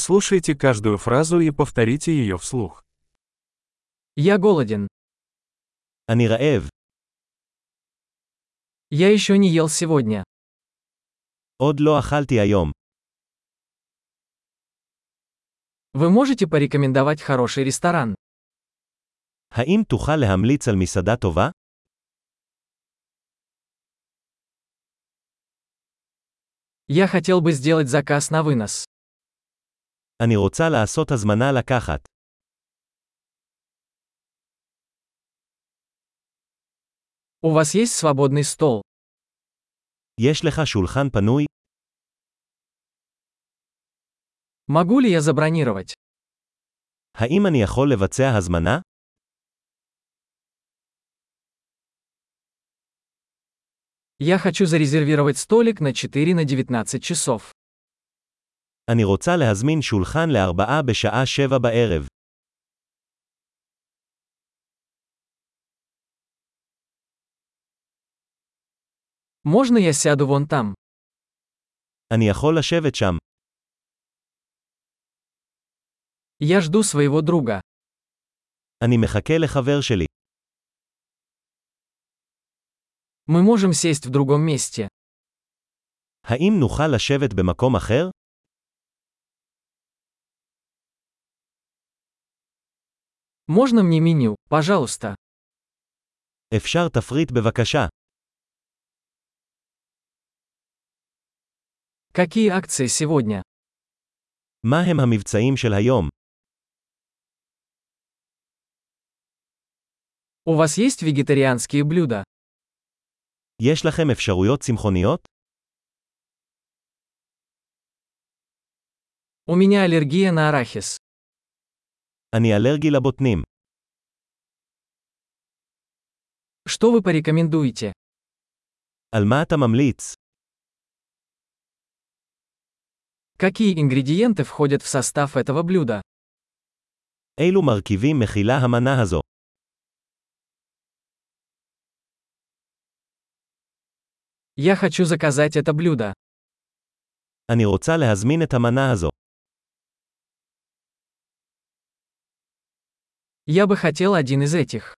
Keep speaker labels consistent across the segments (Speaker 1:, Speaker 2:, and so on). Speaker 1: Прослушайте каждую фразу и повторите ее вслух.
Speaker 2: Я голоден.
Speaker 3: אני רעב.
Speaker 2: Я еще не ел сегодня.
Speaker 3: עוד לא אכלתי היום.
Speaker 2: Вы можете порекомендовать хороший ресторан?
Speaker 3: האם תוכל להמליץ על מסעדה טובה?
Speaker 2: Я хотел бы сделать заказ на вынос.
Speaker 3: אני רוצה לעשות הזמנה לקחת.
Speaker 2: У вас есть свободный стол?
Speaker 3: יש לך שולחן פנוי?
Speaker 2: Могу ли я забронировать?
Speaker 3: האם אני יכול לבצע הזמנה?
Speaker 2: Я хочу зарезервировать столик на 4 на 19 часов.
Speaker 3: אני רוצה להזמין שולחן לארבעה בשעה שבע בערב.
Speaker 2: Можно я сяду вон там?
Speaker 3: אני יכול לשבת שם.
Speaker 2: Я жду своего друга.
Speaker 3: אני מחכה לחבר שלי.
Speaker 2: Мы можем сесть в другом месте.
Speaker 3: האם נוכל לשבת במקום אחר?
Speaker 2: Можно мне меню, пожалуйста?
Speaker 3: אפשר תפריט בבקשה.
Speaker 2: Какие акции сегодня?
Speaker 3: מה הם המבצעים של היום?
Speaker 2: У вас есть вегетарианские блюда?
Speaker 3: יש לכם אפשרויות צמחוניות?
Speaker 2: У меня аллергия на арахис.
Speaker 3: אני אלרגי לבוטנים.
Speaker 2: Что вы порекомендуете?
Speaker 3: על מה אתה ממליץ?
Speaker 2: Какие ингредиенты входят в состав этого блюда?
Speaker 3: אילו מרכיבים מכילה המנה הזו?
Speaker 2: Я хочу заказать это блюдо.
Speaker 3: אני רוצה להזמין את המנה הזו.
Speaker 2: Я бы хотел один из этих.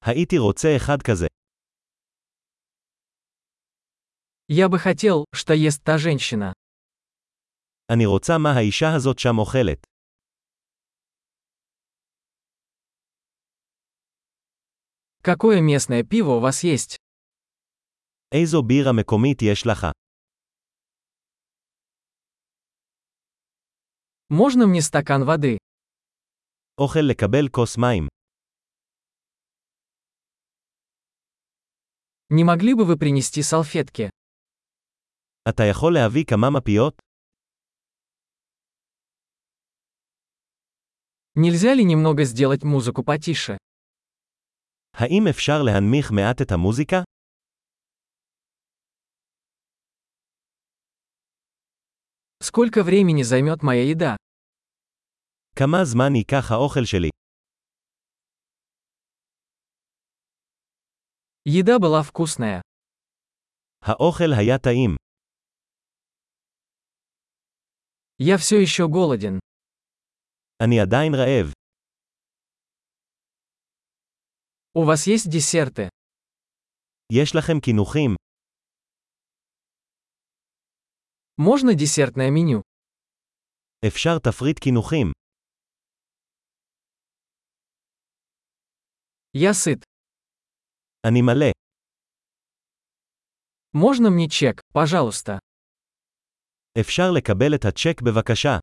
Speaker 3: הייתי רוצה אחד כזה.
Speaker 2: Я бы хотел, что ест та женщина.
Speaker 3: אני רוצה מה האישה הזאת שם אוכלת.
Speaker 2: Какое местное пиво у вас есть?
Speaker 3: איזו בירה מקומית יש לך?
Speaker 2: Можно мне стакан воды?
Speaker 3: אוכל לקבל כוס מים.
Speaker 2: Не могли бы вы принести салфетки?
Speaker 3: אתה יכול להביא כמה מפיות?
Speaker 2: Нельзя ли немного сделать музыку потише?
Speaker 3: האם אפשר להנמיך מעט את המוזיקה?
Speaker 2: Сколько времени займет моя еда?
Speaker 3: כמה זמן ייקח האוכל שלי?
Speaker 2: Еда была вкусная.
Speaker 3: האוכל היה טעים.
Speaker 2: Я все еще голоден.
Speaker 3: אני עדיין רעב.
Speaker 2: У вас есть десерты?
Speaker 3: יש לכם קינוחים?
Speaker 2: Можно десертное меню?
Speaker 3: אפשר תפריט קינוחים.
Speaker 2: Я сыт.
Speaker 3: אני מלא.
Speaker 2: Можно мне чек, пожалуйста?
Speaker 3: אפשר לקבל את הצ'ק בבקשה.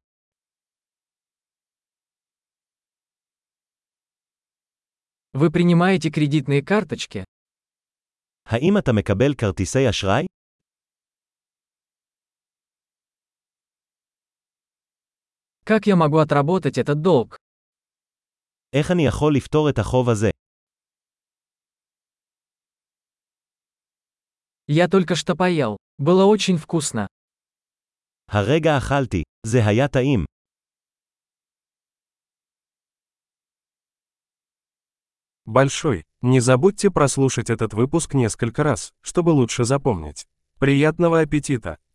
Speaker 2: Вы принимаете кредитные карточки?
Speaker 3: האם אתה מקבל כרטיסי אשראי?
Speaker 2: Как я могу отработать этот долг?
Speaker 3: איך אני יכול לפתור את החוב הזה?
Speaker 2: Я только что поел. Было очень вкусно.
Speaker 3: הרגע אכלתי. זה היה טעים.
Speaker 1: Большой. Не забудьте прослушать этот выпуск несколько раз, чтобы лучше запомнить. Приятного аппетита!